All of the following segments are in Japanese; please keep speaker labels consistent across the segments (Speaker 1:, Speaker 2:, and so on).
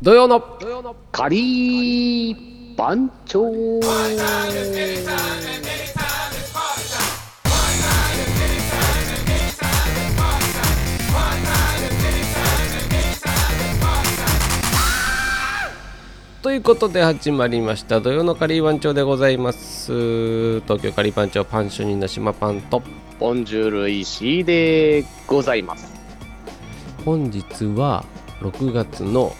Speaker 1: 土曜の
Speaker 2: カリー番長
Speaker 1: ということで始まりました土曜のカリー番長でございます東京カリー番長パン主任の島パンと
Speaker 2: ボンジュール石井でございます
Speaker 1: 本日は6月の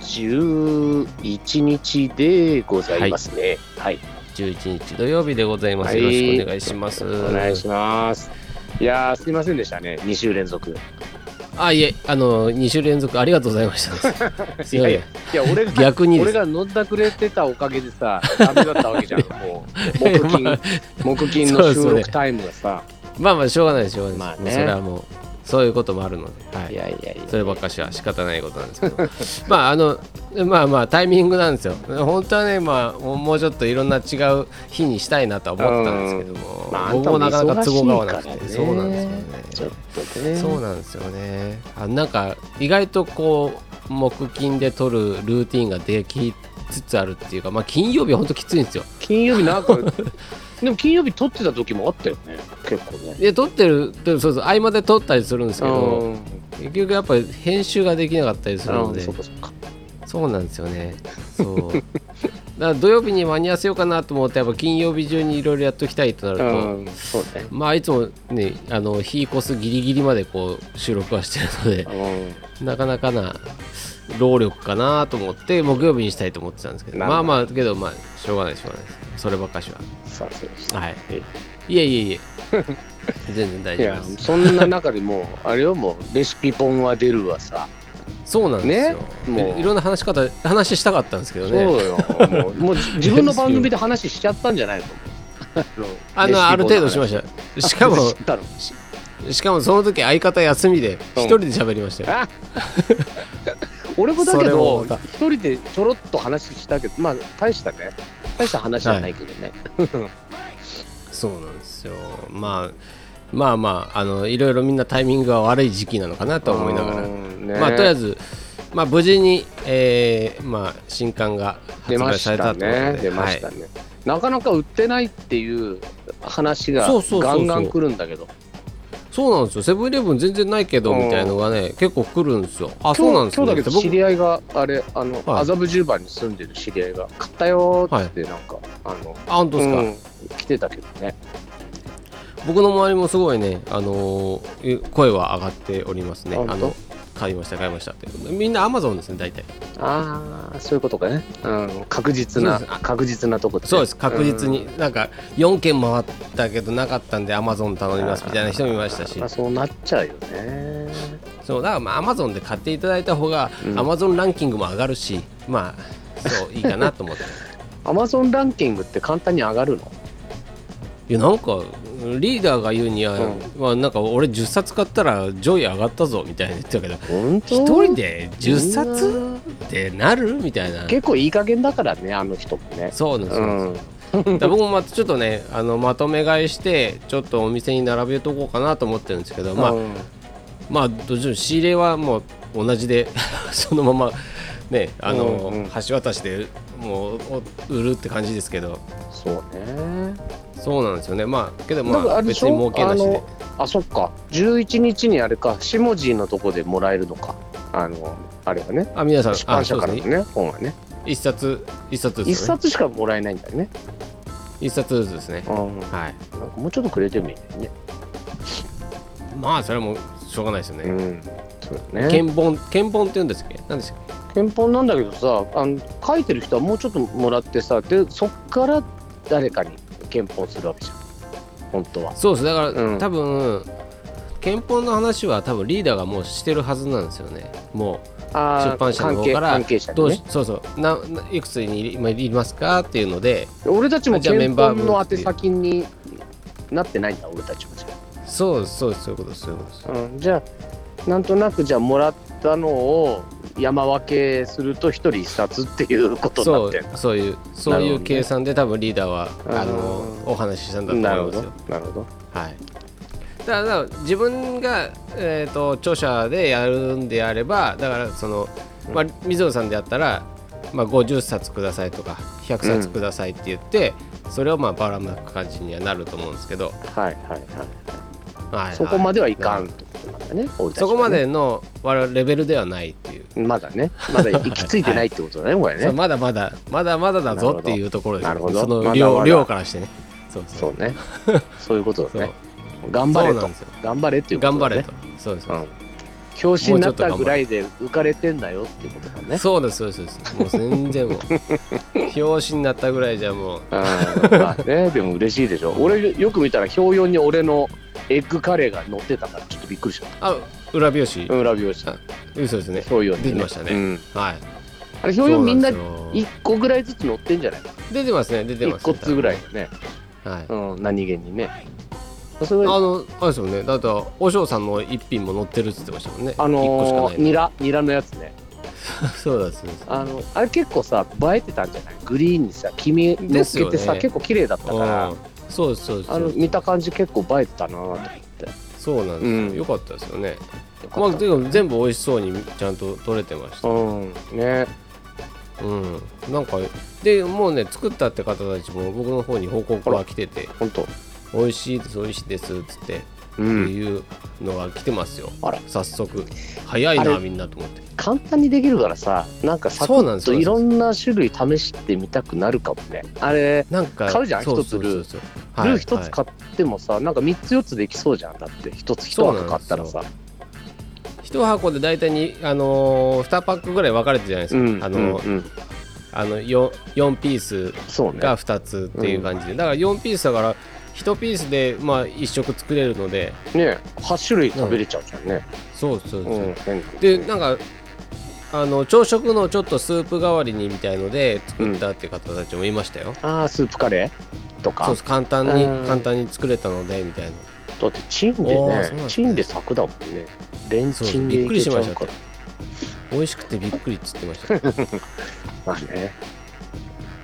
Speaker 2: 11日でございますねはい、
Speaker 1: 11日土曜日でございます、
Speaker 2: はい
Speaker 1: よろしくお願いします
Speaker 2: お願いしますいやーすいませんでしたね2週連続
Speaker 1: あいえあの2週連続ありがとうございましたすいません
Speaker 2: いや俺が
Speaker 1: 逆にです
Speaker 2: 俺が飲んだくれてたおかげでさダメだった わけじゃんもう木金、
Speaker 1: まあ
Speaker 2: 木金の収録タイムがさ
Speaker 1: まあまあしょうがないですしょうが
Speaker 2: ま
Speaker 1: な
Speaker 2: あ
Speaker 1: いです、そ
Speaker 2: ね
Speaker 1: れはもうそういうこともあるので、はい、
Speaker 2: いやいや
Speaker 1: そればっかしは仕方ないことなんですけど まああのまあまあタイミングなんですよ本当はねまあもうもうちょっといろんな違う日にしたいなとは思ってたんですけども、
Speaker 2: まあ
Speaker 1: 僕もなかなか都合が合わなく
Speaker 2: あんた
Speaker 1: て
Speaker 2: も忙しいか
Speaker 1: そ
Speaker 2: らね
Speaker 1: うなんですよね
Speaker 2: ちょっとね
Speaker 1: そうなんですよねあなんか意外とこう木金で取るルーティンができつつあるっていうかまあ金曜日は本当きついんですよ
Speaker 2: 金曜日なん かでも金曜日撮ってた時もあったよね結構ね
Speaker 1: で取ってるでもそうそう合間で取ったりするんですけど
Speaker 2: うん
Speaker 1: 結局やっぱり編集ができなかったりするので
Speaker 2: そうかそうか
Speaker 1: そうなんですよね。そう。だから土曜日に間に合わせようかなと思ってやっぱ金曜日中にいろいろやっときたいとなると、
Speaker 2: うんそうね
Speaker 1: まあいつもねあの日越すギリギリまでこう収録はしてるの
Speaker 2: う
Speaker 1: でなかなかな労力かなと思って木曜日にしたいと思ってたんですけど
Speaker 2: なる
Speaker 1: ま
Speaker 2: ほ
Speaker 1: あ
Speaker 2: ど
Speaker 1: まあけどまあしょうがないしょうがないですそればっかし
Speaker 2: んさあそうです
Speaker 1: ははい
Speaker 2: え
Speaker 1: いえいえいえ全然大
Speaker 2: い
Speaker 1: 丈
Speaker 2: や
Speaker 1: 夫です
Speaker 2: そんな中でもうあれよもうレシピ本は出るわさ、
Speaker 1: そうなんですよ、
Speaker 2: ねもう
Speaker 1: いいろんな話し方話したかったんですけど
Speaker 2: そう
Speaker 1: ね
Speaker 2: よもう もう自分の番組で話しちゃったんじゃないの
Speaker 1: あのある程度しましたしかも
Speaker 2: 知っ たの
Speaker 1: しかもその時相方休みで
Speaker 2: うん
Speaker 1: 一人で喋りましたよ、
Speaker 2: あ俺もだけ
Speaker 1: それも
Speaker 2: ど
Speaker 1: また
Speaker 2: 一人でちょろっと話したけどまあ大したね大した話じゃないけどね、
Speaker 1: そうなんですよまあまあまああのいろいろみんなタイミングが悪い時期なのかなとは思いながら、
Speaker 2: うんね
Speaker 1: まあとりあえずまあ無事に、えーまあ新刊が発
Speaker 2: 出ま
Speaker 1: 売
Speaker 2: し
Speaker 1: された
Speaker 2: た
Speaker 1: ということ
Speaker 2: ね
Speaker 1: で
Speaker 2: 出ましたね、なかなか売ってないっていう話が
Speaker 1: そうそうそうそう
Speaker 2: ガンガン来るんだけど
Speaker 1: そうなんですよセブンイレブン全然ないけど
Speaker 2: うん
Speaker 1: みたいのがね結構来るんですよあそうなんです
Speaker 2: 今
Speaker 1: よ
Speaker 2: 日今日だけど知
Speaker 1: 僕
Speaker 2: り合いがあれあの
Speaker 1: はい
Speaker 2: 麻布十番に住んでる知り合いが買ったよーってなんか、あの
Speaker 1: あ本当ですか、
Speaker 2: うん来てたけどね
Speaker 1: 僕の周りもすごいね、あのー声は上がっておりますね
Speaker 2: あ本当
Speaker 1: あの買いました買いましたってみんなアマゾンですね大体
Speaker 2: ああそういうことかね、うん、確実な
Speaker 1: そう
Speaker 2: 確実なとこでね、
Speaker 1: そうです確実
Speaker 2: うん
Speaker 1: に、なんか4件回ったけどなかったんでアマゾン頼みますみたいな人もいましたし
Speaker 2: まあ、そうなっちゃうよね
Speaker 1: そうだからまあアマゾンで買っていただいた方が
Speaker 2: うん
Speaker 1: アマゾンランキングも上がるし、まあそういいかなと思って
Speaker 2: アマゾンランキングって簡単に上がるの
Speaker 1: いやなんかリーダーが言うには、
Speaker 2: う
Speaker 1: まあ、なんか俺10冊買ったら上位上がったぞみたいな言ってたけど
Speaker 2: 本
Speaker 1: 一人で10冊
Speaker 2: うん
Speaker 1: ってなるみたいな
Speaker 2: 結構いい加減だからねあの人もね
Speaker 1: そうなんですよ、
Speaker 2: うん
Speaker 1: だから僕もまたちょっとねあのまとめ買いしてちょっとお店に並べとこうかなと思ってるんですけど、まあ
Speaker 2: うん
Speaker 1: まあどっちも仕入れはもう同じで そのままねあの、
Speaker 2: うんうん
Speaker 1: 橋渡しでもうお売るって感じですけど
Speaker 2: そうね
Speaker 1: そうなんですよねまあけど
Speaker 2: だから
Speaker 1: まあ
Speaker 2: あれで
Speaker 1: 別
Speaker 2: しょ
Speaker 1: に儲けなし
Speaker 2: あ
Speaker 1: で
Speaker 2: のあそっか11日にあれか下地のとこでもらえるのかあのあれはね
Speaker 1: あ皆さん
Speaker 2: 出
Speaker 1: あ
Speaker 2: 版
Speaker 1: そ
Speaker 2: 社
Speaker 1: う
Speaker 2: か
Speaker 1: で
Speaker 2: らの
Speaker 1: すね
Speaker 2: ね本はね
Speaker 1: 一冊一冊
Speaker 2: 一
Speaker 1: ですよね
Speaker 2: 冊しかもらえないんだよね、
Speaker 1: 一冊ずつですね
Speaker 2: うん、なんか
Speaker 1: はい
Speaker 2: もうちょっとくれてもいいのにね
Speaker 1: まあそれはもうしょうがないですよ
Speaker 2: う
Speaker 1: ね
Speaker 2: んそうだね
Speaker 1: 剣本剣本って言うんですっけ何ですか
Speaker 2: 憲法なんだけどさあの書いてる人はもうちょっともらってさでそっから誰かに憲法するわけじゃん本当は
Speaker 1: そうですだから、
Speaker 2: うん
Speaker 1: 多分憲法の話は多分リーダーがもうしてるはずなんですよねも
Speaker 2: あー
Speaker 1: 出版社の
Speaker 2: 関
Speaker 1: 方
Speaker 2: 係
Speaker 1: から
Speaker 2: 関係者
Speaker 1: うど
Speaker 2: に
Speaker 1: う
Speaker 2: ね
Speaker 1: し、そうそうないくつに今いますかっていうので
Speaker 2: 俺たちも
Speaker 1: じゃあメ
Speaker 2: 憲
Speaker 1: ン
Speaker 2: 法
Speaker 1: バー分
Speaker 2: の宛先になってないんだ俺たちもじゃ
Speaker 1: そうですそうですそういうことですそういうことです
Speaker 2: あ、うん、じゃあなんとなくじゃあもらったのを山分けすると一人一冊っていうことにな
Speaker 1: そ
Speaker 2: ってんだ
Speaker 1: うそういうそう
Speaker 2: なる
Speaker 1: い
Speaker 2: ほ
Speaker 1: う
Speaker 2: どね
Speaker 1: 計算で多分リーダーは
Speaker 2: うん
Speaker 1: あのお話ししたんだと
Speaker 2: なる
Speaker 1: 思
Speaker 2: ほ
Speaker 1: います
Speaker 2: ど
Speaker 1: よ。
Speaker 2: なるほど
Speaker 1: はい。だからだから自分がえっ、と著者でやるんであればだからそのまあ、水野さんであったら、まあ、50冊くださいとか100冊くださいって言って、それをまあばらまく感じにはなると思うんですけど、
Speaker 2: はいはいはい
Speaker 1: はいはい
Speaker 2: そこまではいかんってことなんだね、俺たち
Speaker 1: そ
Speaker 2: はね
Speaker 1: こまでの我々レベルではないっていう、
Speaker 2: まだねまだ行き着いてないってことだね、これ
Speaker 1: そう
Speaker 2: ね
Speaker 1: まだまだまだまだだぞっていうところです
Speaker 2: なるほど
Speaker 1: その
Speaker 2: まだ
Speaker 1: 量,、
Speaker 2: まだ
Speaker 1: 量からしてねそうそう
Speaker 2: そうねそういうことだね頑張
Speaker 1: そ
Speaker 2: れ
Speaker 1: うな
Speaker 2: と
Speaker 1: んですよ
Speaker 2: 頑張れっていうこと
Speaker 1: 頑張
Speaker 2: だ、ね、
Speaker 1: れとそうです、
Speaker 2: うん教師になったぐらいで浮かれてんだよっていうことだね
Speaker 1: そうですそうですそうですもう全然 もう表紙になったぐらいじゃもう
Speaker 2: うんまあね、でも嬉しいでしょ俺よく見たら表4に俺のエッグカレーが載ってたからちょっとびっくりした
Speaker 1: あ裏表紙、
Speaker 2: 裏表紙
Speaker 1: あ嘘ですね
Speaker 2: 表4に、
Speaker 1: 出てましたね
Speaker 2: うん
Speaker 1: はい
Speaker 2: あれ表4みんな
Speaker 1: そうなんですよ
Speaker 2: 1個ぐらいずつ載ってんじゃない
Speaker 1: 出てますね出てま
Speaker 2: 1
Speaker 1: す
Speaker 2: 個
Speaker 1: ね
Speaker 2: ずつぐらいだね、
Speaker 1: はい
Speaker 2: うん、何気にねそれ
Speaker 1: あ
Speaker 2: あ
Speaker 1: のあれですよねだって和尚さんの一品も載ってるって言ってましたもんね
Speaker 2: あの
Speaker 1: 一個しか
Speaker 2: ー
Speaker 1: ない
Speaker 2: ニラニラのやつね
Speaker 1: そうだそうです
Speaker 2: あのあれ結構さ映えてたんじゃないグリーンにさ黄身乗
Speaker 1: で
Speaker 2: っ
Speaker 1: す
Speaker 2: け
Speaker 1: よ
Speaker 2: て
Speaker 1: ね
Speaker 2: さ、結構綺麗だったから
Speaker 1: うんそうですそうです
Speaker 2: あの見た感じ結構映えてたなと思って
Speaker 1: そうなんですよ、
Speaker 2: うん
Speaker 1: よかったですよね
Speaker 2: よか
Speaker 1: ま
Speaker 2: っ
Speaker 1: あ
Speaker 2: た
Speaker 1: でも全部美味しそうにちゃんと取れてました
Speaker 2: うんね
Speaker 1: うんなんかでもうね作ったって方たちも僕の方に報告が来てて
Speaker 2: 本当
Speaker 1: 美味しいです美味しいですっつって
Speaker 2: うん
Speaker 1: いうのが来てますよ、
Speaker 2: あら
Speaker 1: 早速早い
Speaker 2: あ
Speaker 1: な
Speaker 2: れ
Speaker 1: みんなと思って
Speaker 2: 簡単にできるからさなんかサク
Speaker 1: そうなんで
Speaker 2: ッ
Speaker 1: す
Speaker 2: と
Speaker 1: よ
Speaker 2: いろんな種類試してみたくなるかもねあれ
Speaker 1: なんか
Speaker 2: 買うじゃん
Speaker 1: そうそうそう
Speaker 2: 一
Speaker 1: そう
Speaker 2: ル
Speaker 1: はい
Speaker 2: ー一つ買ってもさ、なんか3つ4つできそうじゃんだって1つ1箱買ったらさ
Speaker 1: 一箱で大体に、あのー、2パックぐらい分かれてるじゃないですか、
Speaker 2: うん
Speaker 1: あの
Speaker 2: うんうん
Speaker 1: あの 4, 4ピース
Speaker 2: そうね
Speaker 1: が2つっていう感じで、だから4ピースだから1ピースで、まあ、1食作れるので
Speaker 2: ね8種類食べれちゃうじゃんね、
Speaker 1: そうそうそう、
Speaker 2: うん変
Speaker 1: でなんかあの朝食のちょっとスープ代わりにみたいので作ったって方たちもいましたよ、
Speaker 2: ああスープカレーとか
Speaker 1: そうです簡単に
Speaker 2: うん
Speaker 1: 簡単に作れたのでみたいな
Speaker 2: だってチンで
Speaker 1: おーそうなん
Speaker 2: ね
Speaker 1: ですね
Speaker 2: チンで咲くだもんねレンチンでいけちゃうから
Speaker 1: 美味しくてびっくりっつってま した
Speaker 2: まあね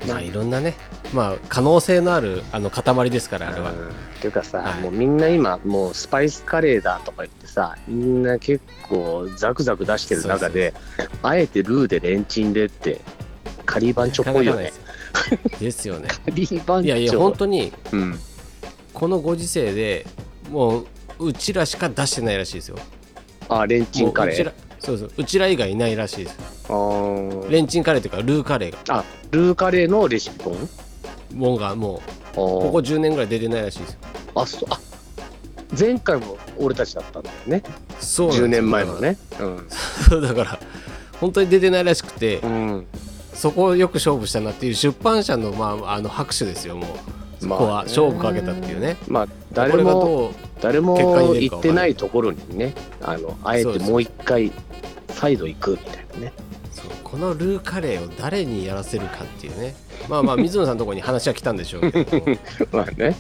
Speaker 1: まあいろんなねまあ可能性のあるあの塊ですからあれは
Speaker 2: うんっていうかさ、
Speaker 1: はい
Speaker 2: もうみんな今もうスパイスカレーだとか言ってさみんな結構ザクザク出してる中であえてルーでレンチンでってカリーバンチョっぽいよね
Speaker 1: なかなかないですよですよ ね
Speaker 2: カリーバン
Speaker 1: い
Speaker 2: チョ
Speaker 1: やいや本当に
Speaker 2: うん
Speaker 1: このご時世でもううちらしか出してないらしいですよ
Speaker 2: あレンチ
Speaker 1: も
Speaker 2: ン
Speaker 1: う
Speaker 2: カレ
Speaker 1: うち
Speaker 2: ー
Speaker 1: らそうそううちら以外いないらしいです
Speaker 2: あー
Speaker 1: レンチンカレーというかルーカレーが
Speaker 2: あルーカレーのレシピ本
Speaker 1: もんがもう
Speaker 2: あ
Speaker 1: ここ
Speaker 2: こ
Speaker 1: 10年ぐらい出てないらしいですよ
Speaker 2: あそうあ前回も俺たちだったんだよね
Speaker 1: そうなんですよ
Speaker 2: 10年前のねうん
Speaker 1: そうだから本当に出てないらしくて
Speaker 2: うん
Speaker 1: そこをよく勝負したなっていう出版社の,、まあ、あの拍手ですよもうそこ
Speaker 2: まあ
Speaker 1: は
Speaker 2: ね
Speaker 1: 勝負かけたっていうね、
Speaker 2: まあ
Speaker 1: こ
Speaker 2: 誰
Speaker 1: れが
Speaker 2: も
Speaker 1: どう
Speaker 2: 誰も
Speaker 1: 結果に出る
Speaker 2: 行
Speaker 1: かわ
Speaker 2: っ
Speaker 1: か
Speaker 2: て
Speaker 1: んな
Speaker 2: ないいところにねあのあえてもう一回再度行くみたい なね
Speaker 1: そうこのルーカレーを誰にやらせるかっていうねまあ まあ水野さんのところに話は来たんでしょうけども
Speaker 2: まあね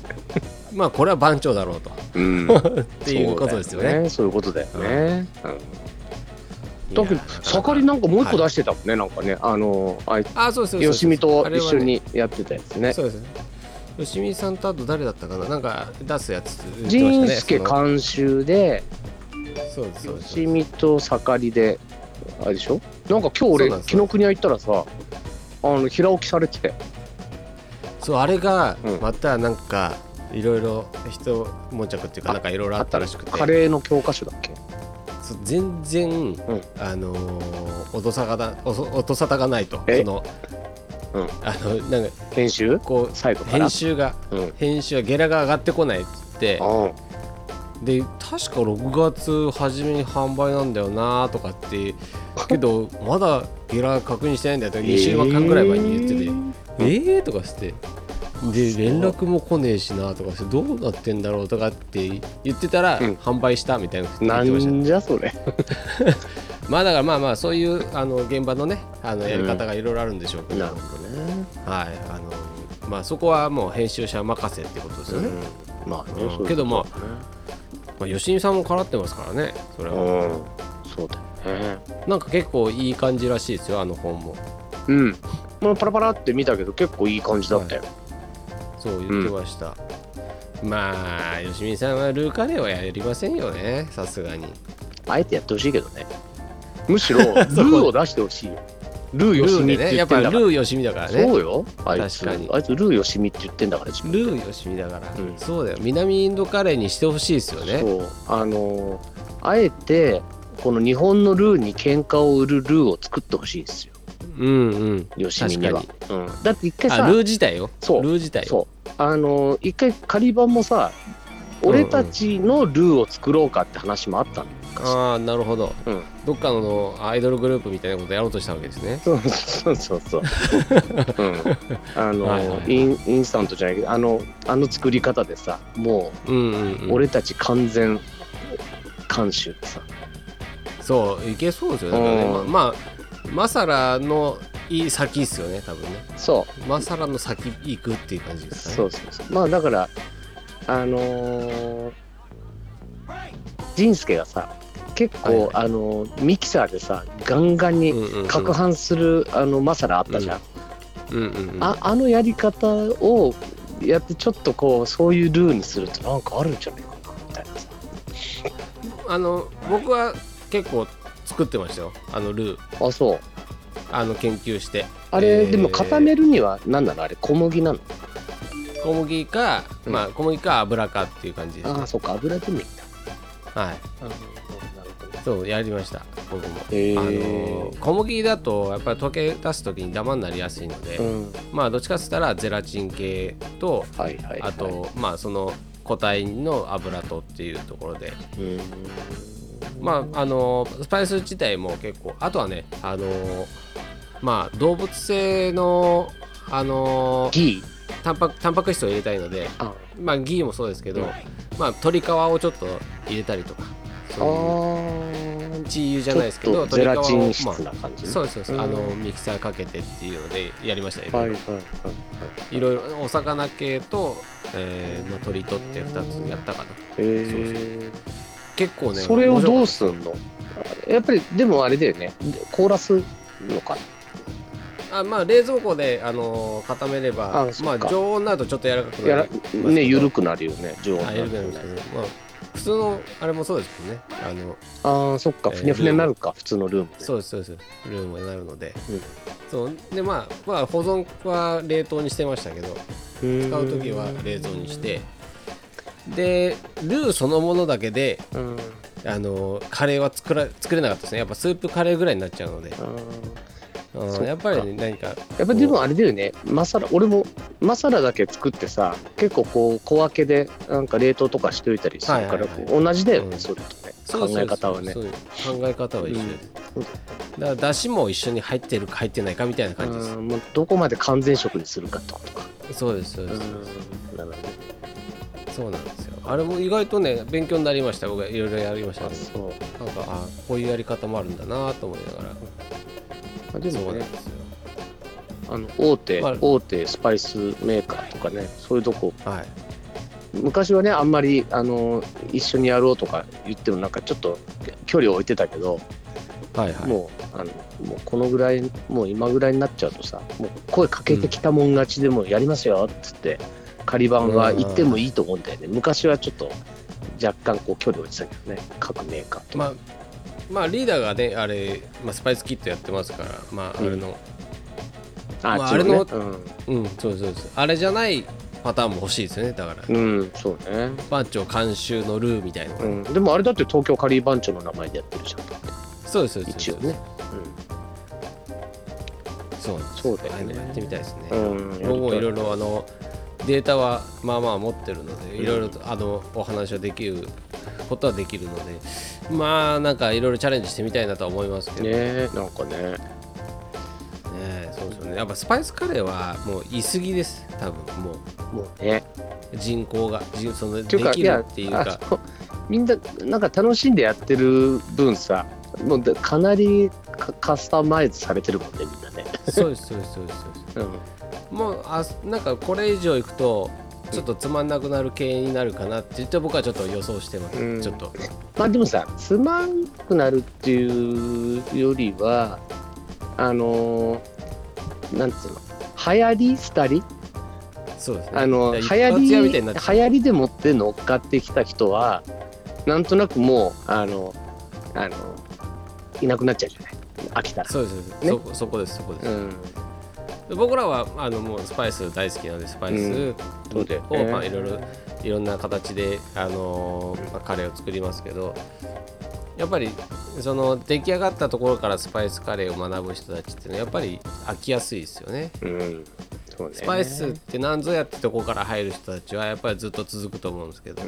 Speaker 1: まあこれは番長だろうと
Speaker 2: うん
Speaker 1: っていうことですよね
Speaker 2: そういうことだよね、うん、だけど
Speaker 1: いやー
Speaker 2: 盛りなんかもう一個
Speaker 1: は
Speaker 2: 出
Speaker 1: い
Speaker 2: してたもんね、なんかねあのあい
Speaker 1: あそうそうそうそう
Speaker 2: 吉見と
Speaker 1: あれ
Speaker 2: 一
Speaker 1: は
Speaker 2: 緒
Speaker 1: ね
Speaker 2: にやってたやつね
Speaker 1: そうですね吉見さんとあと誰だったかななんか出すやつ
Speaker 2: 仁助
Speaker 1: か
Speaker 2: 監修で
Speaker 1: そうですそうです
Speaker 2: 吉見と盛りであれでしょなんか今日
Speaker 1: そうなん
Speaker 2: 俺
Speaker 1: です
Speaker 2: 紀ノ国屋行ったらさあの平置きされてて
Speaker 1: そうあれが
Speaker 2: うん
Speaker 1: またなんかいろいろ人悶着っていうか
Speaker 2: あ
Speaker 1: なんかいろいろあったらしくて
Speaker 2: カレーの教科書だっけ
Speaker 1: そう全然、あのー音沙汰がおそ音沙汰がないと
Speaker 2: え
Speaker 1: その、
Speaker 2: うん
Speaker 1: あのなんか
Speaker 2: 編集
Speaker 1: こう
Speaker 2: 最後から
Speaker 1: 編集が
Speaker 2: うん
Speaker 1: 編集はゲラが上がってこないっつって
Speaker 2: うん
Speaker 1: で確か6月初めに販売なんだよなとかってけどまだゲラ確認してないんだよって2週間ぐらい前に言ってて。えー、とかしてで連絡も来ねえしなとかしてどうなってんだろうとかって言ってたら、
Speaker 2: うん
Speaker 1: 販売したみたいなこと言
Speaker 2: な
Speaker 1: ってましたね
Speaker 2: んじゃそれ
Speaker 1: まあだからまあまあそういうあの現場のねあのやり方がいろいろあるんでしょうけど、はい
Speaker 2: ほどね
Speaker 1: あのまあそこはもう編集者任せってことですよね、
Speaker 2: うんまあね
Speaker 1: うん
Speaker 2: そういうことだね
Speaker 1: けどままあ、吉見さんも絡ってますからねそれ
Speaker 2: う
Speaker 1: は、
Speaker 2: んそうだよね
Speaker 1: なんか結構いい感じらしいですよあの本も
Speaker 2: うんまあパラパラって見たけど結構いい感じだったよ
Speaker 1: そう言ってました、まあ吉見さんはルーカレーはやりませんよねさすがに
Speaker 2: あえてやってほしいけどね むしろルーを出してほしいよルーよしみって
Speaker 1: ね
Speaker 2: 言
Speaker 1: やっ
Speaker 2: って
Speaker 1: ぱ
Speaker 2: んだから、
Speaker 1: ルーよしみだからね
Speaker 2: そうよあいつ
Speaker 1: 確かに
Speaker 2: あいつルーよしみって言ってんだから自分で
Speaker 1: ルーよしみだから、
Speaker 2: うん
Speaker 1: そうだよ南インドカレーにしてほしいですよね
Speaker 2: そうあのあえてこの日本のルーに喧嘩を売るルーを作ってほしいんですよ
Speaker 1: うんうん
Speaker 2: よしみには
Speaker 1: 確、
Speaker 2: うん、だって一回
Speaker 1: あ
Speaker 2: さ
Speaker 1: ルー自体よ
Speaker 2: そう
Speaker 1: ルー自体よ
Speaker 2: そうあの一回カリバンもさ俺たちのルーを作ろうかって話もあったの昔
Speaker 1: ああなるほど、
Speaker 2: うん
Speaker 1: どっかのアイドルグループみたいなことやろうとしたわけですね
Speaker 2: そうそうそうそう、うん、あの、
Speaker 1: はいはいはい
Speaker 2: インインスタントじゃないけどあのあの作り方でさも
Speaker 1: うんうん、う、
Speaker 2: うん俺たち完全監修でさ、
Speaker 1: そういけそうですよねだからね
Speaker 2: う
Speaker 1: ま
Speaker 2: ん
Speaker 1: まあマサラのいい先ですよね多分ね
Speaker 2: そう
Speaker 1: マサラの先行くっていう感じですかね
Speaker 2: そうそうそうまあだからあのー、仁助がさ結構、
Speaker 1: はいは
Speaker 2: あのーミキサーでさガンガンに
Speaker 1: うんうんうん
Speaker 2: 攪拌する、あのマサラあったじゃん、
Speaker 1: うんうんうん
Speaker 2: ああのやり方をやってちょっとこうそういうルーにするとなんかあるんじゃないかなみたいなさ
Speaker 1: あの僕は結構作ってましたよあのルー
Speaker 2: あそう
Speaker 1: あの研究して
Speaker 2: あ
Speaker 1: え
Speaker 2: れ、
Speaker 1: ー
Speaker 2: でも固めるには何なのあれ小麦なの
Speaker 1: 小麦か、
Speaker 2: うん
Speaker 1: まあ小麦か油かっていう感じです
Speaker 2: ああそうか油でもいいんだ
Speaker 1: はいそうやりました僕も、
Speaker 2: へー
Speaker 1: あの小麦だとやっぱり溶け出す時にダマになりやすいので、
Speaker 2: うん
Speaker 1: まあどっちかっつったらゼラチン系と
Speaker 2: はいはい、はい、
Speaker 1: あと、まあその個体の油とっていうところで
Speaker 2: うん
Speaker 1: まああのスパイス自体も結構あとはねあのまあ動物性のあの
Speaker 2: ギー
Speaker 1: タンパクタンパク質を入れたいので
Speaker 2: あ
Speaker 1: まあギーもそうですけど、
Speaker 2: うん
Speaker 1: まあ鶏皮をちょっと入れたりとか
Speaker 2: あ
Speaker 1: そう
Speaker 2: ー
Speaker 1: いうチー油じ
Speaker 2: ち
Speaker 1: ゃ
Speaker 2: ょ
Speaker 1: ない
Speaker 2: っ
Speaker 1: ですけど
Speaker 2: とゼラチン
Speaker 1: 鶏皮
Speaker 2: 質
Speaker 1: を、ま
Speaker 2: な感
Speaker 1: あ、
Speaker 2: じ、ね
Speaker 1: そうですそうです、
Speaker 2: うん
Speaker 1: あのミキサーかけてっていうのでやりましたよ、
Speaker 2: はいはい
Speaker 1: い
Speaker 2: はい
Speaker 1: いろいろお魚系と、えーまあ、鶏とって2つやったかな
Speaker 2: え
Speaker 1: 結構
Speaker 2: ー、
Speaker 1: ね
Speaker 2: それをどう
Speaker 1: 面白かっ
Speaker 2: すんのやっぱりでもあれだよねコーラスのか
Speaker 1: たあまあ冷蔵庫で、あのー固めれば
Speaker 2: あそっ
Speaker 1: ま
Speaker 2: か
Speaker 1: あ常温になるとちょっと柔らかく
Speaker 2: なや
Speaker 1: な
Speaker 2: ら
Speaker 1: る
Speaker 2: ね緩くなるよね常温
Speaker 1: あ
Speaker 2: にな
Speaker 1: 緩
Speaker 2: る
Speaker 1: くな
Speaker 2: と
Speaker 1: るんですけ
Speaker 2: ね
Speaker 1: ど、まあ、普通のあれもそうですけどねあの
Speaker 2: ああそっか
Speaker 1: えー
Speaker 2: ふにゃふにゃになるか、普通のルーム
Speaker 1: そうですそうですルームになるので、
Speaker 2: うん
Speaker 1: そうでまあ、まあ、保存は冷凍にしてましたけど
Speaker 2: 使
Speaker 1: 使う時は冷蔵にしてでルーそのものだけで
Speaker 2: うん
Speaker 1: あのカレーは作ら作れなかったですねやっぱスープカレーぐらいになっちゃうので、
Speaker 2: あー
Speaker 1: うん
Speaker 2: そっか
Speaker 1: やっぱりね何か
Speaker 2: やっぱでもあれだよねマサラ俺もマサラだけ作ってさ結構こう小分けでなんか冷凍とかしておいたりするか
Speaker 1: は
Speaker 2: ら、
Speaker 1: いはいはい
Speaker 2: 同じだよね、
Speaker 1: うん
Speaker 2: それとね
Speaker 1: そうそう
Speaker 2: 考
Speaker 1: そう
Speaker 2: え方はね
Speaker 1: そう考え方は一緒です、
Speaker 2: うん
Speaker 1: だからだしも一緒に入ってるか入ってないかみたいな感じです
Speaker 2: あーもうどこまで完全食にするかってことか。
Speaker 1: そうですそうです、
Speaker 2: なるほど
Speaker 1: そうなんですよあれも意外とね勉強になりました僕はいろいろやりました
Speaker 2: あ
Speaker 1: けど
Speaker 2: そう
Speaker 1: なんかあこういうやり方もあるんだなと思いながら
Speaker 2: あで
Speaker 1: そ
Speaker 2: も
Speaker 1: うな
Speaker 2: ね
Speaker 1: んですよ
Speaker 2: あの大手、
Speaker 1: まあ
Speaker 2: 大手スパイスメーカーとかねそういうとこ
Speaker 1: はい
Speaker 2: 昔はねあんまりあの一緒にやろうとか言ってもなんかちょっと距離を置いてたけど、
Speaker 1: はいはい
Speaker 2: もうあのもうこのぐらいもう今ぐらいになっちゃうとさもう声かけてきたもん勝ちでもうやりますよっつって仮番は行ってもいいと思うんだよね昔はちょっと若干こう距離を置いてたけどね各メーカーと。
Speaker 1: まあまあリーダーがねあれ、まあ、スパイスキットやってますからまああ
Speaker 2: うん
Speaker 1: れの
Speaker 2: あ
Speaker 1: まあ
Speaker 2: あっちね
Speaker 1: あれうん、そうですそうですあれじゃないパターンも欲しいですよねだから、
Speaker 2: うん、うん、そうね、
Speaker 1: 番長監修のルーみたいな、
Speaker 2: うん、でもあれだって東京カリー番長の名前でやってるじゃん
Speaker 1: そうですそうです
Speaker 2: 一応ね、
Speaker 1: そうなんです
Speaker 2: そうだよね
Speaker 1: ああいうのやってみたいですね、
Speaker 2: うんうん、
Speaker 1: 僕もいろい
Speaker 2: ろ
Speaker 1: ろあのデータはまあまあ持ってるのでいろいろとあのお話をできることはできるのでまあなんかいろいろチャレンジしてみたいなとは思いますけど
Speaker 2: ねえなんかね
Speaker 1: ねそうですよねやっぱスパイスカレーはもう言い過ぎです多分も
Speaker 2: もうね
Speaker 1: う人口が人その
Speaker 2: って
Speaker 1: で
Speaker 2: いうか
Speaker 1: きるっていう
Speaker 2: や
Speaker 1: か
Speaker 2: あのみんななんか楽しんでやってる分さもうだかなりカカスタマイズされてるもんねみんなね、
Speaker 1: そうですそうですそうですそうです
Speaker 2: うん、
Speaker 1: もうあなんかこれ以上いくとちょっとつまんなくなる系になるかなって言って僕はちょっと予想してます、
Speaker 2: うん
Speaker 1: ちょっと
Speaker 2: まあでもさつまんなくなるっていうよりはあのーなんつうの流行りしたり
Speaker 1: そうですね
Speaker 2: あの流
Speaker 1: だから
Speaker 2: 行
Speaker 1: 一発
Speaker 2: り
Speaker 1: 屋みたい
Speaker 2: 流
Speaker 1: になっちゃう
Speaker 2: 行りでもって乗っかってきた人はなんとなくもうあのあのいなくなっちゃうじゃない飽きたら
Speaker 1: そうですそうです、
Speaker 2: ね
Speaker 1: そこそこですそこです、
Speaker 2: うん
Speaker 1: で僕らはあのもうスパイス大好きなんでスパイス
Speaker 2: う
Speaker 1: を、
Speaker 2: そうだよね
Speaker 1: まあ、いろいろいろんな形で、あのーまあカレーを作りますけどやっぱりその出来上がったところからスパイスカレーを学ぶ人たちっていうのはやっぱり飽きやすいですよね。
Speaker 2: うんそうね
Speaker 1: スパイスって何ぞやってとこから入る人たちはやっぱりずっと続くと思うんですけど、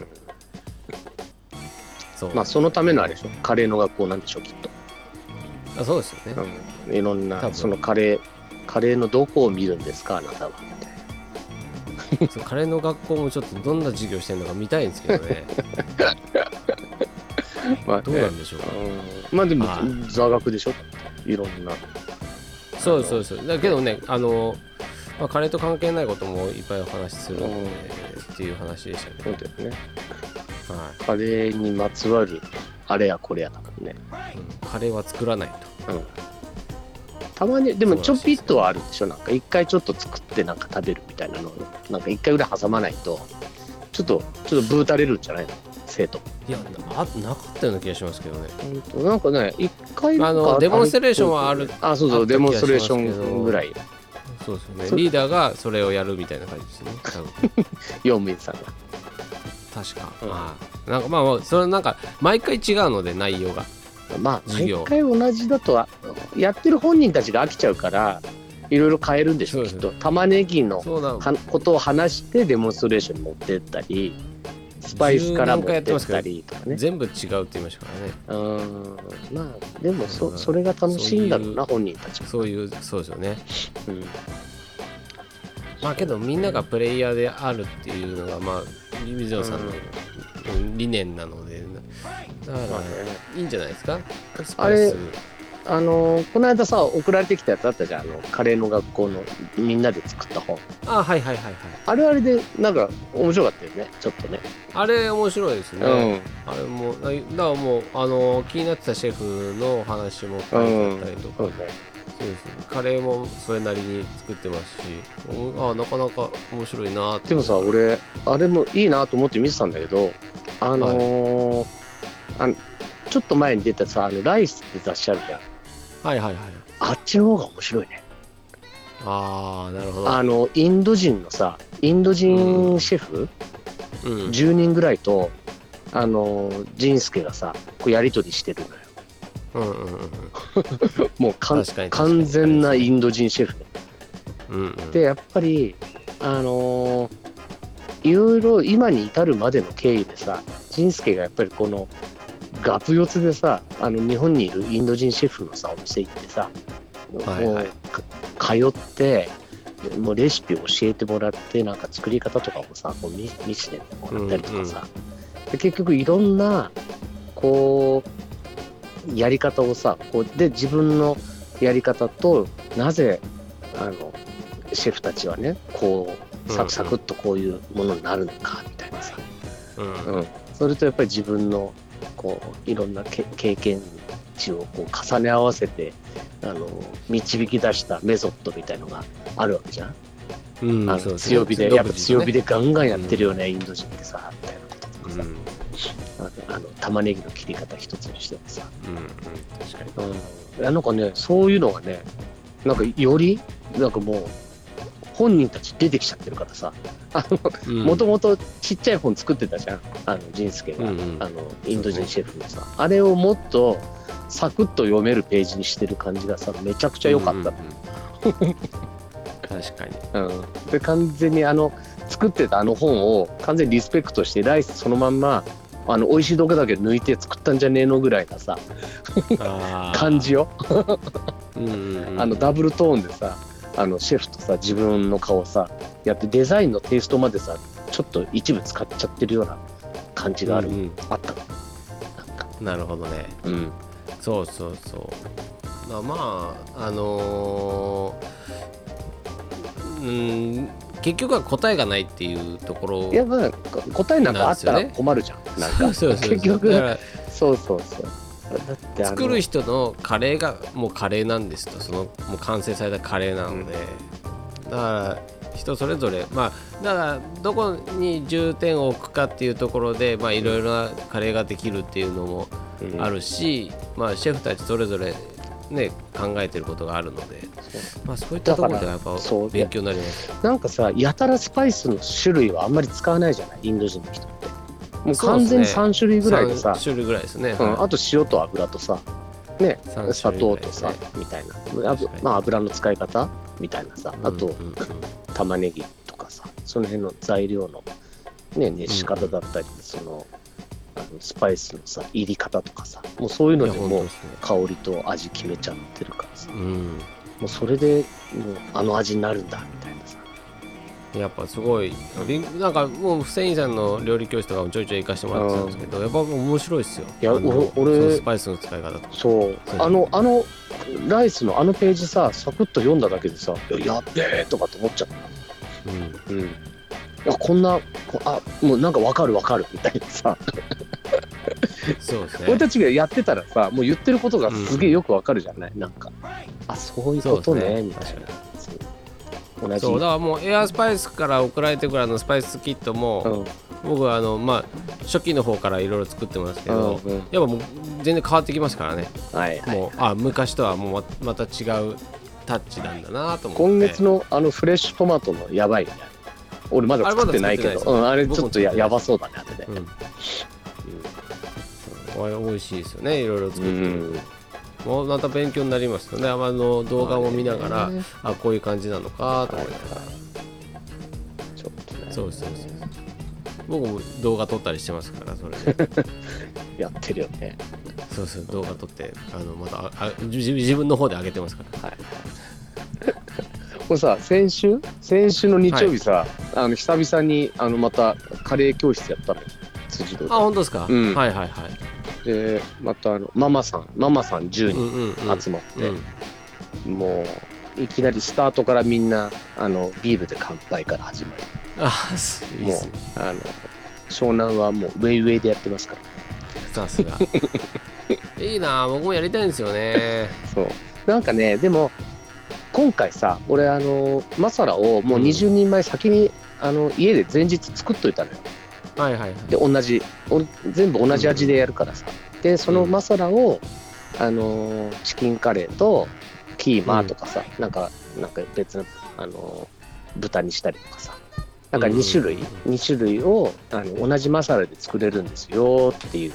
Speaker 1: そう
Speaker 2: まあそのためのあれでしょカレーの学校なんでしょきっと
Speaker 1: あそうですよね、
Speaker 2: うん、いろん
Speaker 1: 多
Speaker 2: な
Speaker 1: 分
Speaker 2: そのカレーカレーのどこを見るんですかあなたはみたいな
Speaker 1: そうカレーの学校もちょっとどんな授業してるのか見たいんですけどね
Speaker 2: まあ
Speaker 1: どうなんでしょうか
Speaker 2: うんまあでも
Speaker 1: は
Speaker 2: 座学でしょいろんな
Speaker 1: そうそうそうだけどねあの、まあ、カレーと関係ないこともいっぱいお話しするので、
Speaker 2: うん
Speaker 1: っていう話でしたけ
Speaker 2: そ
Speaker 1: ど、
Speaker 2: うだよね
Speaker 1: は
Speaker 2: カレーにまつわるあれやこれやだからね、
Speaker 1: いうんカレーは作らない
Speaker 2: うん、たまにでもちょぴっとはあるでしょなんか一回ちょっと作ってなんか食べるみたいなのをねなんか一回ぐらい挟まないとちょっとちょっとブータれるんじゃないの生徒
Speaker 1: といやなあなかったような気がしますけどね
Speaker 2: 本当なんかね一回なんか
Speaker 1: あのデモンストレーションはある
Speaker 2: あそうそう
Speaker 1: あった気が
Speaker 2: デモンストレーショ
Speaker 1: しますけ
Speaker 2: ン
Speaker 1: ど
Speaker 2: ぐらい
Speaker 1: そうですよね
Speaker 2: そう
Speaker 1: リーダーがそれをやるみたいな感じですね多分
Speaker 2: 用務員さんが
Speaker 1: 確か、
Speaker 2: うん
Speaker 1: まあなんかまあまあそれはなんか毎回違うので内容が
Speaker 2: まあ
Speaker 1: 授業
Speaker 2: 毎回同じだとはやってる本人たちが飽きちゃうからいろいろ変えるんでしょ
Speaker 1: そう
Speaker 2: き
Speaker 1: です
Speaker 2: っと玉ねぎの
Speaker 1: そうなの
Speaker 2: はことを話してデモンストレーションに持ってったりスパイスから持ってったりとかね
Speaker 1: 全部違うって言いましたからね
Speaker 2: うーんまあでも
Speaker 1: う
Speaker 2: そ
Speaker 1: ん
Speaker 2: それが楽しいんだろうな
Speaker 1: そ
Speaker 2: 本人たちも、
Speaker 1: そういうそうですよね
Speaker 2: うん
Speaker 1: まあけどみんながプレイヤーであるっていうのがまあ水野さんのうん理念なのでだか
Speaker 2: まあ
Speaker 1: ら
Speaker 2: ね
Speaker 1: いいんじゃないですかス
Speaker 2: あ
Speaker 1: パイ
Speaker 2: れ
Speaker 1: ス
Speaker 2: あのーこの間さ送られてきたやつあったじゃんあのカレーの学校のみんなで作った本
Speaker 1: あはいはいはいはい
Speaker 2: あれあれでなんか面白かったよねちょっとね
Speaker 1: あれ面白いですね、
Speaker 2: うん
Speaker 1: あれもだだからもうあの気になってたシェフのお話も書いてあったりとか、
Speaker 2: そうね
Speaker 1: そうですねカレーもそれなりに作ってますし、うんあなかなか面白いなって
Speaker 2: でもさ俺あれもいいなと思って見てたんだけどあのーあのちょっと前に出たさ「あのライス」って雑誌あるじゃん
Speaker 1: はいはいはい
Speaker 2: あっちの方が面白いね
Speaker 1: ああなるほど
Speaker 2: あのインド人のさインド人シェフ、
Speaker 1: うん
Speaker 2: 10人ぐらいとあのー仁助がさこうやり取りしてるのよ
Speaker 1: うんうんうん
Speaker 2: もうか
Speaker 1: 確か
Speaker 2: ん
Speaker 1: に確かに
Speaker 2: 完全なインド人シェフ
Speaker 1: うんうん
Speaker 2: でやっぱりあのーいろいろ今に至るまでの経緯でさ仁助がやっぱりこのガプヨツでさあの日本にいるインド人シェフのさお店行ってさ、
Speaker 1: はいはい
Speaker 2: もうか通ってもうレシピを教えてもらってなんか作り方とかもさこう見見せてもらったりとかさ、で結局いろんなこうやり方をさこうで自分のやり方となぜあのシェフたちはねこう
Speaker 1: うん
Speaker 2: サ
Speaker 1: うん
Speaker 2: クサクっとこういうものになるのかみたいなさ、
Speaker 1: うん
Speaker 2: うんそれとやっぱり自分のこういろんなけ経験値をこう重ね合わせてあの導き出したメソッドみたいのがあるわけじゃん、
Speaker 1: うん
Speaker 2: あ
Speaker 1: そう
Speaker 2: の
Speaker 1: すね
Speaker 2: 強火で、やっぱ強火
Speaker 1: で、
Speaker 2: でガンガンやってるよね、インド人ってさみたいなことと
Speaker 1: う
Speaker 2: か
Speaker 1: ん
Speaker 2: さ
Speaker 1: うん、うん
Speaker 2: あのあの玉ねぎの切り方一つにしてもさ、
Speaker 1: 確かに
Speaker 2: うん、なんかねそういうのがねなんかよりなんかもう本人たち出てきちゃってるからさもともとちっちゃい本作ってたじゃんあの仁助が、
Speaker 1: うんうん
Speaker 2: あのインド人シェフのさ、あれをもっとサクッと読めるページにしてる感じがさめちゃくちゃ良かった、
Speaker 1: 確かに
Speaker 2: うんで完全にあの作ってたあの本を完全にリスペクトしてライスそのまんまあの美味しいとこだけ抜いて作ったんじゃねえのぐらいなさ感じ
Speaker 1: を、
Speaker 2: よ
Speaker 1: うんうんうん
Speaker 2: あのダブルトーンでさあのシェフとさ自分の顔さやってデザインのテイストまでさちょっと一部使っちゃってるような感じがある、
Speaker 1: うんうん
Speaker 2: あったなんか
Speaker 1: なるほどね
Speaker 2: うん
Speaker 1: そうそうそうまあまああのーうん結局は答えがないっていうところ
Speaker 2: いやまあこ答えなんかあった
Speaker 1: なん
Speaker 2: ら
Speaker 1: ですよね
Speaker 2: 困るじゃんな ん
Speaker 1: そ
Speaker 2: か
Speaker 1: うそうそう
Speaker 2: 結局
Speaker 1: だから
Speaker 2: そうそうそうだってあの
Speaker 1: 作る人のカレーがもうカレーなんですとそのもう完成されたカレーなので、だから人それぞれまあだからどこに重点を置くかっていうところでまあいろいろなカレーができるっていうのも
Speaker 2: うん
Speaker 1: あるし、まあ、シェフたちそれぞれ、ね、考えてることがあるので、まあ、そういったところではやっぱ
Speaker 2: だからそう
Speaker 1: 勉強になります。
Speaker 2: なんかさやたらスパイスの種類はあんまり使わないじゃないインド人の人ってもう
Speaker 1: そう
Speaker 2: 完
Speaker 1: です
Speaker 2: 全
Speaker 1: ね
Speaker 2: に3種類ぐらいでさ、
Speaker 1: 3種類ぐらいですね。
Speaker 2: うん、
Speaker 1: は
Speaker 2: あと塩と油とさね
Speaker 1: い三
Speaker 2: 砂
Speaker 1: 種類ぐ
Speaker 2: 糖
Speaker 1: らい
Speaker 2: と
Speaker 1: です
Speaker 2: さ
Speaker 1: ね
Speaker 2: みたいなあぶ
Speaker 1: 確かに
Speaker 2: まあ油の使い方みたいなさあと
Speaker 1: うんうんうん
Speaker 2: 玉ねぎとかさその辺の材料のね熱し方だったりそのあのスパイスのさ入り方とかさもうそういうの
Speaker 1: いや
Speaker 2: で
Speaker 1: 本当
Speaker 2: も
Speaker 1: で
Speaker 2: う
Speaker 1: すね
Speaker 2: 香りと味決めちゃってるからさ
Speaker 1: うん
Speaker 2: もうそれでもうあの味になるんだみたいなさ
Speaker 1: やっぱすごいりんなんかもうフセインさんの料理教室とかもちょいちょい行かせてもらってたんですけどやっぱ面白いですよ
Speaker 2: いや
Speaker 1: あの
Speaker 2: お俺
Speaker 1: そのスパイスの使い方とか
Speaker 2: そう
Speaker 1: そう
Speaker 2: あのあのライスのあのページさサクッと読んだだけでさいややっべえとかと思っちゃっ
Speaker 1: うん
Speaker 2: た、うん、いやこんなこあもうなんかわかるわかるみたいなさ
Speaker 1: そうです
Speaker 2: 俺
Speaker 1: ね
Speaker 2: たちがやってたらさもう言ってることがすげえよくわかるじゃない、なんかあそういうこと
Speaker 1: そうで
Speaker 2: ね
Speaker 1: すね
Speaker 2: みたいなそう同じ
Speaker 1: そうだからもうエアスパイスから送られてくるあのスパイスキット
Speaker 2: うん
Speaker 1: も、僕はあのまあ初期の方からいろいろ作ってますけど、
Speaker 2: うんうん
Speaker 1: やっぱもう全然変わってきますからね、
Speaker 2: はいはい
Speaker 1: もうあ昔とはもうままた違うタッチなんだなと思って
Speaker 2: 今月のあのフレッシュトマトのやばいね俺まだ作ってないけ
Speaker 1: あれまだ作ってないです
Speaker 2: どうんあれ,、
Speaker 1: 僕
Speaker 2: ちょ
Speaker 1: も
Speaker 2: っとや
Speaker 1: 作ってない
Speaker 2: やばそうだね後で
Speaker 1: うん、うん、美味しいですよねいろいろ作ってるともうまた勉強になりましたね。あの動画を見ながら、あ,、
Speaker 2: ね
Speaker 1: こういう感じなのかと
Speaker 2: は
Speaker 1: か、
Speaker 2: いはいちょっとね
Speaker 1: そうそうそう僕も動画撮ったりしてますから、それ で。
Speaker 2: やってるよね
Speaker 1: そうそう、動画撮って、あのまたああ自自分の方で上げてますから。
Speaker 2: これさ先週先週の日曜日さ、あの久々にあのまたカレー教室やったのよ辻堂
Speaker 1: あ、本当ですか、
Speaker 2: うん
Speaker 1: はいはいはい。
Speaker 2: ででまたあのママさんママさん10
Speaker 1: うん
Speaker 2: 人
Speaker 1: うんうん。
Speaker 2: 集まって、
Speaker 1: うん
Speaker 2: もういきなりスタートからみんなあのビールで乾杯から始まり
Speaker 1: あ、すいい
Speaker 2: も
Speaker 1: で
Speaker 2: う
Speaker 1: すね。
Speaker 2: あの湘南はもうウェイウェイでやってますか
Speaker 1: さ
Speaker 2: ら
Speaker 1: す が。いいなあ、僕もやりたいんですよね。
Speaker 2: そうなんかねでも今回さ俺あのマサラをもう20人前先に、あの家で前日作っといたのよ
Speaker 1: はいはいはい。
Speaker 2: で同じお全部同じ味でやるからさ、でそのマサラを、あのーチキンカレーとキーマとかさ、なんかなんか別の、あのー豚にしたりとかさなんか
Speaker 1: うんうん
Speaker 2: 2種類、二種類をあの同じマサラで作れるんですよっていう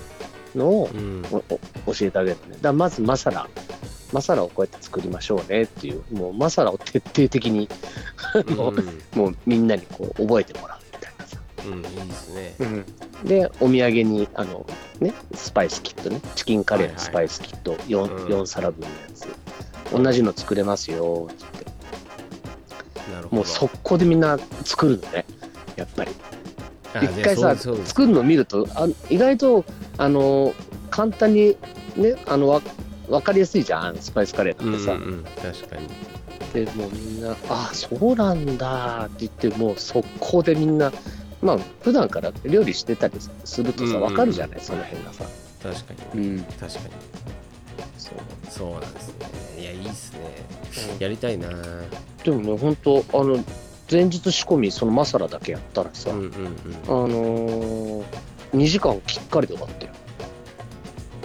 Speaker 2: のを
Speaker 1: うん、
Speaker 2: おお教えてあげるのねだからまずマサラマサラをこうやって作りましょうねっていうもうマサラを徹底的にの
Speaker 1: うん
Speaker 2: もうみんなにこう覚えてもらうみたいなさ
Speaker 1: うん、いいですね。
Speaker 2: でお土産にあの、ね、スパイスキットねチキンカレーのスパイスキット 4,、
Speaker 1: はいうん
Speaker 2: 4皿分のやつ同じの作れますよって言って
Speaker 1: なるほど。
Speaker 2: もう速攻でみんな作るのねやっぱり
Speaker 1: あ
Speaker 2: 一回
Speaker 1: い
Speaker 2: さ
Speaker 1: やそうですそうです
Speaker 2: 作るの見るとあ意外とあの簡単にねあのわ分かりやすいじゃんあのスパイスカレー
Speaker 1: う
Speaker 2: なんんてさ、
Speaker 1: うんうん、確かに。
Speaker 2: でもうみんな「あそうなんだ」って言ってもう速攻でみんなまあ普段から料理してたりすると
Speaker 1: うんう
Speaker 2: さ
Speaker 1: んうん
Speaker 2: 分かるじゃない、その辺がさ。
Speaker 1: 確かに。確かに。
Speaker 2: そう
Speaker 1: そうなんですね。いや、いいっすね。やりたいな。う
Speaker 2: でもね本当あの前日仕込みそのマサラだけやったらさ、
Speaker 1: んうん
Speaker 2: あのー、2時間きっかりで終わって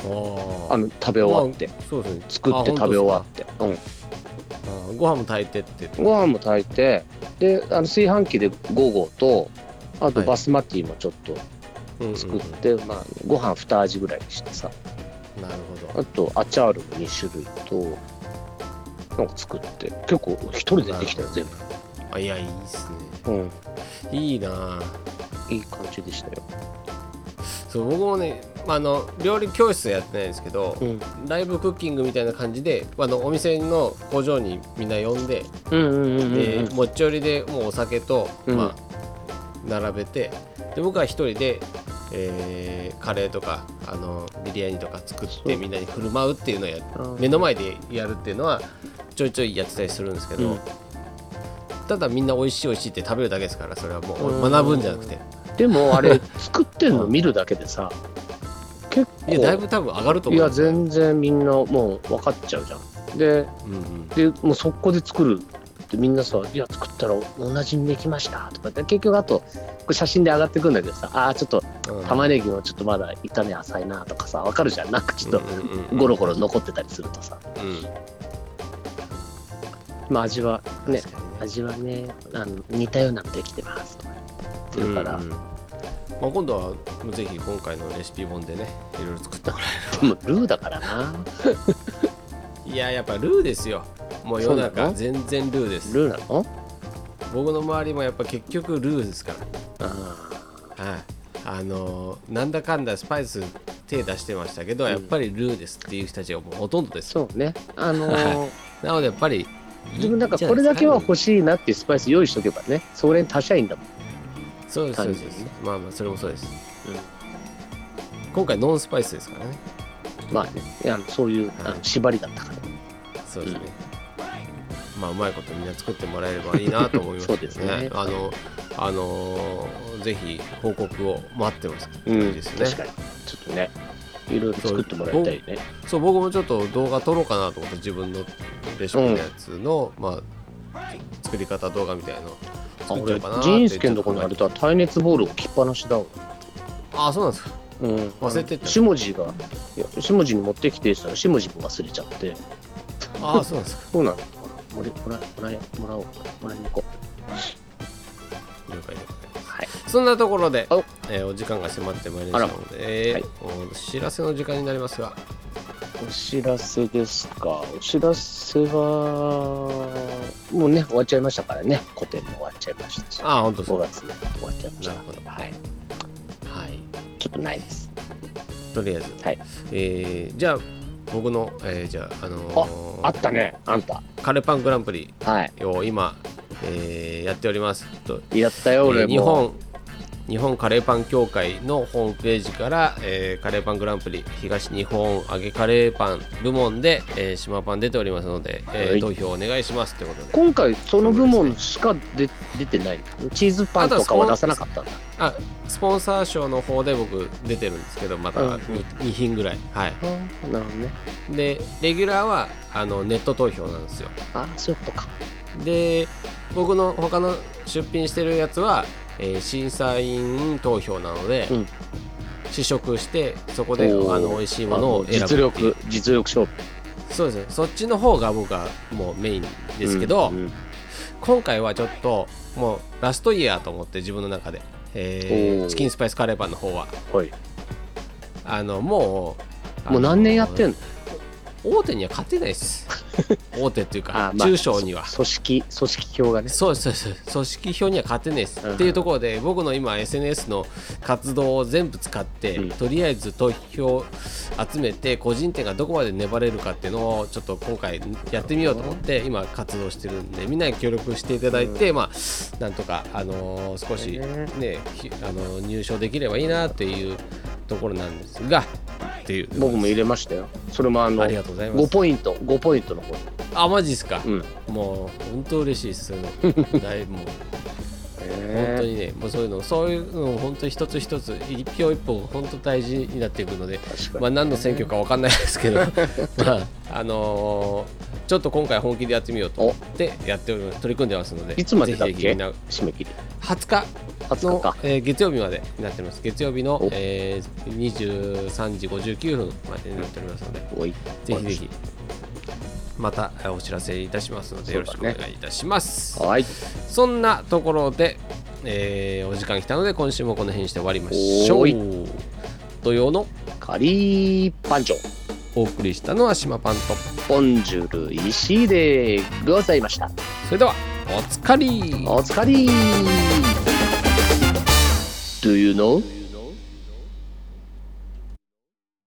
Speaker 1: うん。あ
Speaker 2: あ
Speaker 1: あ。
Speaker 2: の食べ終わって、
Speaker 1: そうですね。
Speaker 2: 作って食べ終わって、う
Speaker 1: あご飯も炊いてって。
Speaker 2: ん、ご飯も炊いてであの炊飯器で5合とあと
Speaker 1: はい
Speaker 2: バスマティもちょっと
Speaker 1: うんうんうん
Speaker 2: 作って、まあ、ご飯2味ぐらいにしてさ
Speaker 1: なるほど。
Speaker 2: あとアチャールも2種類となんか作って結構一人でできたよ全部、
Speaker 1: あ、いや、いいっす
Speaker 2: うん、
Speaker 1: ね。いいな。
Speaker 2: いい感じでしたよ、
Speaker 1: そう、僕もね、あの料理教室やってないんですけど。
Speaker 2: うん、
Speaker 1: ライブクッキングみたいな感じであのお店の工場にみんな呼んで、
Speaker 2: うんうんうんうん
Speaker 1: で持ち寄りでもうお酒と、
Speaker 2: うん
Speaker 1: まあ、並べてで僕は一人で、えーカレーとかあのビリヤニとか作っ
Speaker 2: そう
Speaker 1: てみんなに振る舞うっていうのをや
Speaker 2: うん
Speaker 1: 目の前でやるっていうのはちょいちょいやってたりするんですけど、
Speaker 2: うん
Speaker 1: ただみんな美味しい美味しいって食べるだけですからそれはも
Speaker 2: う
Speaker 1: うん学ぶんじゃなくて
Speaker 2: でもあれ作ってんの見るだけでさ結構
Speaker 1: いやだいぶ多分上がると
Speaker 2: い
Speaker 1: 思う
Speaker 2: や
Speaker 1: んですよ
Speaker 2: 全然みんなもう分かっちゃうじゃんで
Speaker 1: うんうん
Speaker 2: でもう速攻で作るってみんなさ「いや作ったら同じにできました」とかって結局あとこれ写真で上がってくんだけどさ「ああちょっと
Speaker 1: うん
Speaker 2: 玉ねぎもちょっとまだ炒め浅いな」とかさわかるじゃんなんかちょっと
Speaker 1: うんうんうん
Speaker 2: ゴロゴロ残ってたりするとさ、
Speaker 1: うん
Speaker 2: まあ、味はね
Speaker 1: 確かにね
Speaker 2: 味はねあの似たようなのできてますとか言ってるから、
Speaker 1: うんうんまあ、今度はぜひ今回のレシピ本でねいろいろ作ってもら
Speaker 2: でもルーだからな
Speaker 1: えるいややっぱルーですよもう世の
Speaker 2: そうな
Speaker 1: 中
Speaker 2: の
Speaker 1: 全然ルーです
Speaker 2: ルーなの
Speaker 1: 僕の周りもやっぱ結局ルーですか
Speaker 2: あ
Speaker 1: らはいあのーなんだかんだスパイス手出してましたけど、
Speaker 2: うん
Speaker 1: やっぱりルーですっていう人たちがもうほとんどです
Speaker 2: そうねあのー
Speaker 1: なのでやっぱり
Speaker 2: でもなんかこれだけは欲
Speaker 1: しい
Speaker 2: しいなっていうスパイス用意しとけばねそれに足しゃいいんだもん、
Speaker 1: じゃないですかねそうですそう
Speaker 2: 感
Speaker 1: で
Speaker 2: じ
Speaker 1: す
Speaker 2: ね
Speaker 1: まあまあそれもそうです今回ノンスパイスですからね
Speaker 2: まあねいやそういうあの縛りだったから
Speaker 1: そうですね、まあうまいことみんな作ってもらえればいいなと思いますけど
Speaker 2: そうですね
Speaker 1: あのあのーぜひ報告を待ってます、いいですね
Speaker 2: 確かにちょっとねいろいろ作ってもらいたいね
Speaker 1: そう僕もちょっと動画撮ろうかなと思って自分のレシピのやつの、まあ作り方動画みたいなの作
Speaker 2: あ
Speaker 1: っちゃお
Speaker 2: 俺
Speaker 1: うかなって
Speaker 2: ジンスケのとこにあれ
Speaker 1: ちょっ
Speaker 2: だ耐熱ボール置きっぱなしだわ
Speaker 1: とあそうなんですか
Speaker 2: うん
Speaker 1: 忘れてった
Speaker 2: 下地がいや下地に持ってきてしたら下地も忘れちゃって
Speaker 1: あそうなんですか
Speaker 2: そうなのもらもらもらえもらおうもらいに行こ
Speaker 1: 了解了解
Speaker 2: うはい
Speaker 1: そんなところで
Speaker 2: お、
Speaker 1: えーお時間が迫ってまいりましたので、
Speaker 2: あら
Speaker 1: お知らせの時間になりますが
Speaker 2: お知らせですかお知らせはもうね終わっちゃいましたからね個展も終わっちゃいましたし
Speaker 1: あ本当そ
Speaker 2: 5
Speaker 1: う
Speaker 2: 月ね終わっちゃいました
Speaker 1: なるほど
Speaker 2: はい
Speaker 1: はい
Speaker 2: ちょっとないです
Speaker 1: とりあえず
Speaker 2: はい
Speaker 1: えーじゃあ僕の、えーじゃあ、あのー
Speaker 2: あったねあんた
Speaker 1: カレパングランプリ
Speaker 2: はい
Speaker 1: を今、えーやっておりますと、
Speaker 2: やったよ
Speaker 1: え
Speaker 2: 俺
Speaker 1: ー
Speaker 2: も
Speaker 1: 日本日本カレーパン協会のホームページから、えーカレーパングランプリ東日本揚げカレーパン部門で、えー島パン出ておりますので、えー
Speaker 2: はい
Speaker 1: 投票お願いしますということで
Speaker 2: 今回その部門しか出出てないチーズパンとかは出さなかったんだ
Speaker 1: あスポンサー賞の方で僕出てるんですけどまた
Speaker 2: うん
Speaker 1: 2, 品ぐらいはい
Speaker 2: うんなるほどね
Speaker 1: でレギュラーはあのネット投票なんですよ
Speaker 2: あそういうことか
Speaker 1: で僕の他の出品してるやつは、えー審査員投票なので、
Speaker 2: うん
Speaker 1: 試食してそこであ
Speaker 2: おー
Speaker 1: の美味しいものを選ぶって
Speaker 2: 実
Speaker 1: いう
Speaker 2: 力実力勝負
Speaker 1: そうですねそっちの方が僕はもうメインですけど、
Speaker 2: うんうん
Speaker 1: 今回はちょっともうラストイヤーと思って自分の中で、えー
Speaker 2: おー
Speaker 1: チキンスパイスカレーパンの方は
Speaker 2: はい
Speaker 1: あのもう
Speaker 2: もう何年やってん
Speaker 1: の
Speaker 2: の
Speaker 1: 大手には勝てないです 大手っていうか、
Speaker 2: あまあ
Speaker 1: 中小には
Speaker 2: 組織組織表がね
Speaker 1: そうですそうです組織票には勝てないです、
Speaker 2: うん
Speaker 1: っていうところで僕の今 SNS の活動を全部使って、
Speaker 2: うん
Speaker 1: とりあえず投票集めて個人店がどこまで粘れるかっていうのをちょっと今回やってみようと思って今活動してるんでみんなに協力していただいて、まあなんとか、あのー少し
Speaker 2: ね
Speaker 1: ねひあのー入賞できればいいなっていうところなんですがっていう
Speaker 2: 僕も入れましたよそれもあの
Speaker 1: ありがとうございま
Speaker 2: 5
Speaker 1: す
Speaker 2: ポイント5ポイントの方に
Speaker 1: あマジですか、
Speaker 2: うん
Speaker 1: もう本当嬉しいで すそういうのだいぶもう本
Speaker 2: 本
Speaker 1: 当にね、もうそういうの、そういうのを本当に一つ一つ、一票一票、本当大事になっていくので、
Speaker 2: 確かに
Speaker 1: まあ、何の選挙かわかんないですけど、 まあ、あのーちょっと今回本気でやってみようと思って、やっております取り組んでますので、
Speaker 2: いつまでだっ
Speaker 1: ぜ
Speaker 2: け
Speaker 1: ひぜひみんな
Speaker 2: 締め切り
Speaker 1: 20日
Speaker 2: 20
Speaker 1: の
Speaker 2: 日か
Speaker 1: えー月曜日までになっております。月曜日の
Speaker 2: お、
Speaker 1: えー23時59分までになっておりますので、
Speaker 2: おい
Speaker 1: ぜひぜひ、またえーお知らせいたしますので、よろしくお願いいたします。
Speaker 2: はい
Speaker 1: そんなところで、えーお時間来たので今週もこの辺にして終わりましょ
Speaker 2: お
Speaker 1: う。土曜の
Speaker 2: カリーパンチョ
Speaker 1: お送りしたのは島パンと。
Speaker 2: ボンジュール石井でございました
Speaker 1: それではおつかり
Speaker 2: おつかり Do you know?